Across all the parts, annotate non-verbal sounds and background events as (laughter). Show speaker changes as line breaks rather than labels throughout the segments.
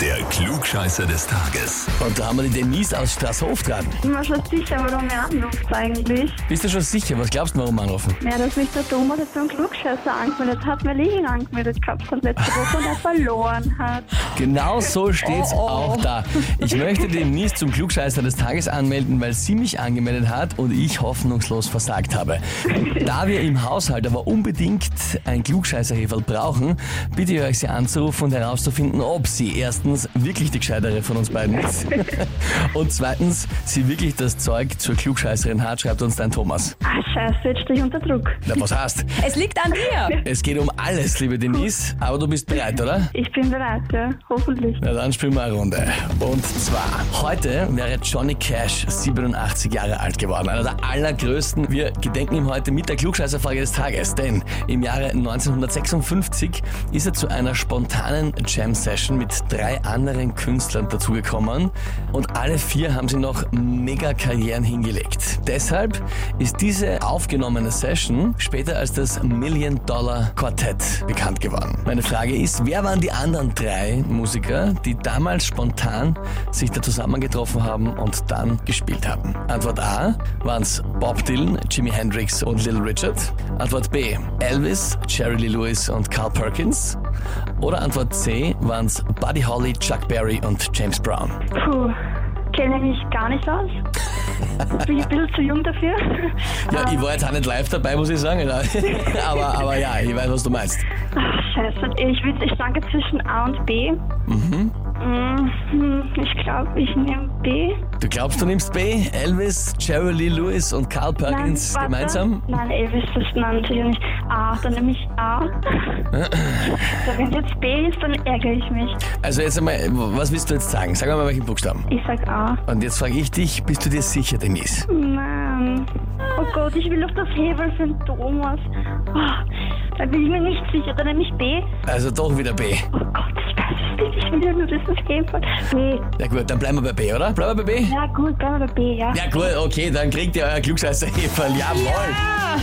Der Klugscheißer des Tages.
Und da haben wir die Denise aus Straßhof dran.
Ich bin mir schon sicher, warum ihr anruft eigentlich.
Bist du schon sicher? Was glaubst du, warum anrufen?
Ja, dass mich der Thomas jetzt beim Klugscheißer angemeldet hat, weil ich ihn angemeldet gehabt habe letzte Woche und er verloren hat.
Genau so steht's auch da. Ich möchte die Denise zum Klugscheißer des Tages anmelden, weil sie mich angemeldet hat und ich hoffnungslos versagt habe. Und da wir im Haushalt aber unbedingt ein Klugscheißerheferl brauchen, bitte ich euch sie anzurufen und herauszufinden, ob sie erstens wirklich die Gescheitere von uns beiden ist und zweitens sie wirklich das Zeug zur Klugscheißerin hat, schreibt uns dein Thomas.
Ah, scheiße, jetzt stehe ich unter Druck.
Na, was hast?
Es liegt an dir.
Es geht um alles, liebe Denise, aber du bist bereit, oder?
Ich bin bereit, ja, hoffentlich.
Na dann spielen wir eine Runde. Und zwar, heute wäre Johnny Cash 87 Jahre alt geworden. Einer der allergrößten. Wir gedenken ihm heute mit der Klugscheißerfrage des Tages. Denn im Jahre 1956 ist er zu einer spontanen Jam-Session mit drei anderen Künstlern dazugekommen. Und alle vier haben sie noch mega Karrieren hingelegt. Deshalb ist diese aufgenommene Session später als das Million Dollar Quartett bekannt geworden. Meine Frage ist, wer waren die anderen drei Musiker, die damals spontan sich da zusammengetroffen haben und dann gespielt haben? Antwort A waren es Bob Dylan, Jimi Hendrix und Little Richard. Antwort B Elvis, Jerry Lee Lewis und Carl Perkins. Oder Antwort C waren es Buddy Holly, Chuck Berry und James Brown.
Puh, kenne ich mich gar nicht aus. Bin ich ein bisschen zu jung dafür.
Ja, ich war jetzt auch nicht live dabei, muss ich sagen. ne? (laughs) Aber, aber ja, ich weiß, was du meinst.
Ach, Ah, scheiße, ich, würd- ich danke zwischen A und B. Mhm. Ich glaube, ich nehme B.
Du glaubst, du nimmst B, Elvis, Jerry Lee Lewis und Carl Perkins
warte.
gemeinsam?
Nein, Elvis, das nein, natürlich nicht. A, dann nehme ich
(clears throat)
A. so, wenn jetzt B ist, dann ärgere ich mich.
Also jetzt einmal, was willst du jetzt sagen? Sag mal welchen Buchstaben.
Ich sag A.
Und jetzt frage ich dich, bist du dir sicher, Denise?
Mann. Oh Gott, ich will doch das Hebel für den Thomas. Oh, da bin ich mir nicht sicher. Dann nehme ich B.
Also doch wieder B.
Oh Gott, ich weiß es nicht. Ich will ja nur dieses Hebel. B.
Ja gut, dann bleiben wir bei B, oder? Bleiben wir bei B?
Ja gut, dann aber B, ja.
Ja gut, okay, dann kriegt ihr euer klugscheißer Heferl. Jawohl!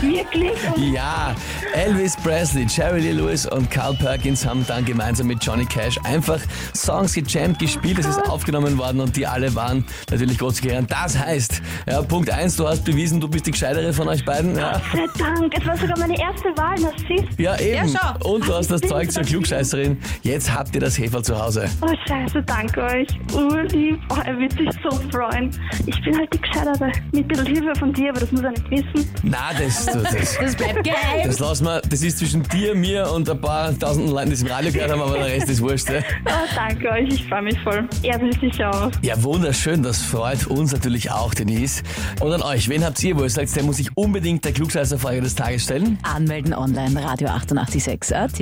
Wirklich? Und
Ja, Elvis Presley, Jerry Lee Lewis und Carl Perkins haben dann gemeinsam mit Johnny Cash einfach Songs gejammt, gespielt, es ist aufgenommen worden und die alle waren natürlich große Karrieren. Das heißt, ja, Punkt eins, du hast bewiesen, du bist die Gescheitere von euch beiden. Ja,
Sei Dank, es war sogar meine erste Wahl, das siehst
ja eben.
Ja, schau.
und du hast das Zeug zur Klugscheißerin. Jetzt habt ihr das Heferl zu Hause.
Oh scheiße, danke euch. Urlieb, oh, er wird sich so freuen. Ich bin halt die Gescheitere. Mit ein bisschen Hilfe von dir, aber das muss er nicht wissen.
Na, das, das, das,
Das bleibt geheim.
das lassen wir, das ist zwischen dir, mir und ein paar tausenden Leuten, die es im Radio gehört haben, aber der Rest ist wurscht. Ja.
Oh, danke euch, ich freue mich voll. Er will sich auch.
Ja, wunderschön, das freut uns natürlich auch, Denise. Und an euch, wen habt ihr, wo ihr sagt, der muss sich unbedingt der Klugscheißerfrage des Tages stellen?
Anmelden online Radio 886 AT.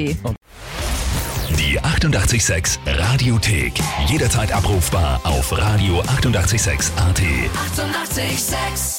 Die 88,6 Radiothek. Jederzeit abrufbar auf radio886.at. 88,6.
Eighty-eight, sex.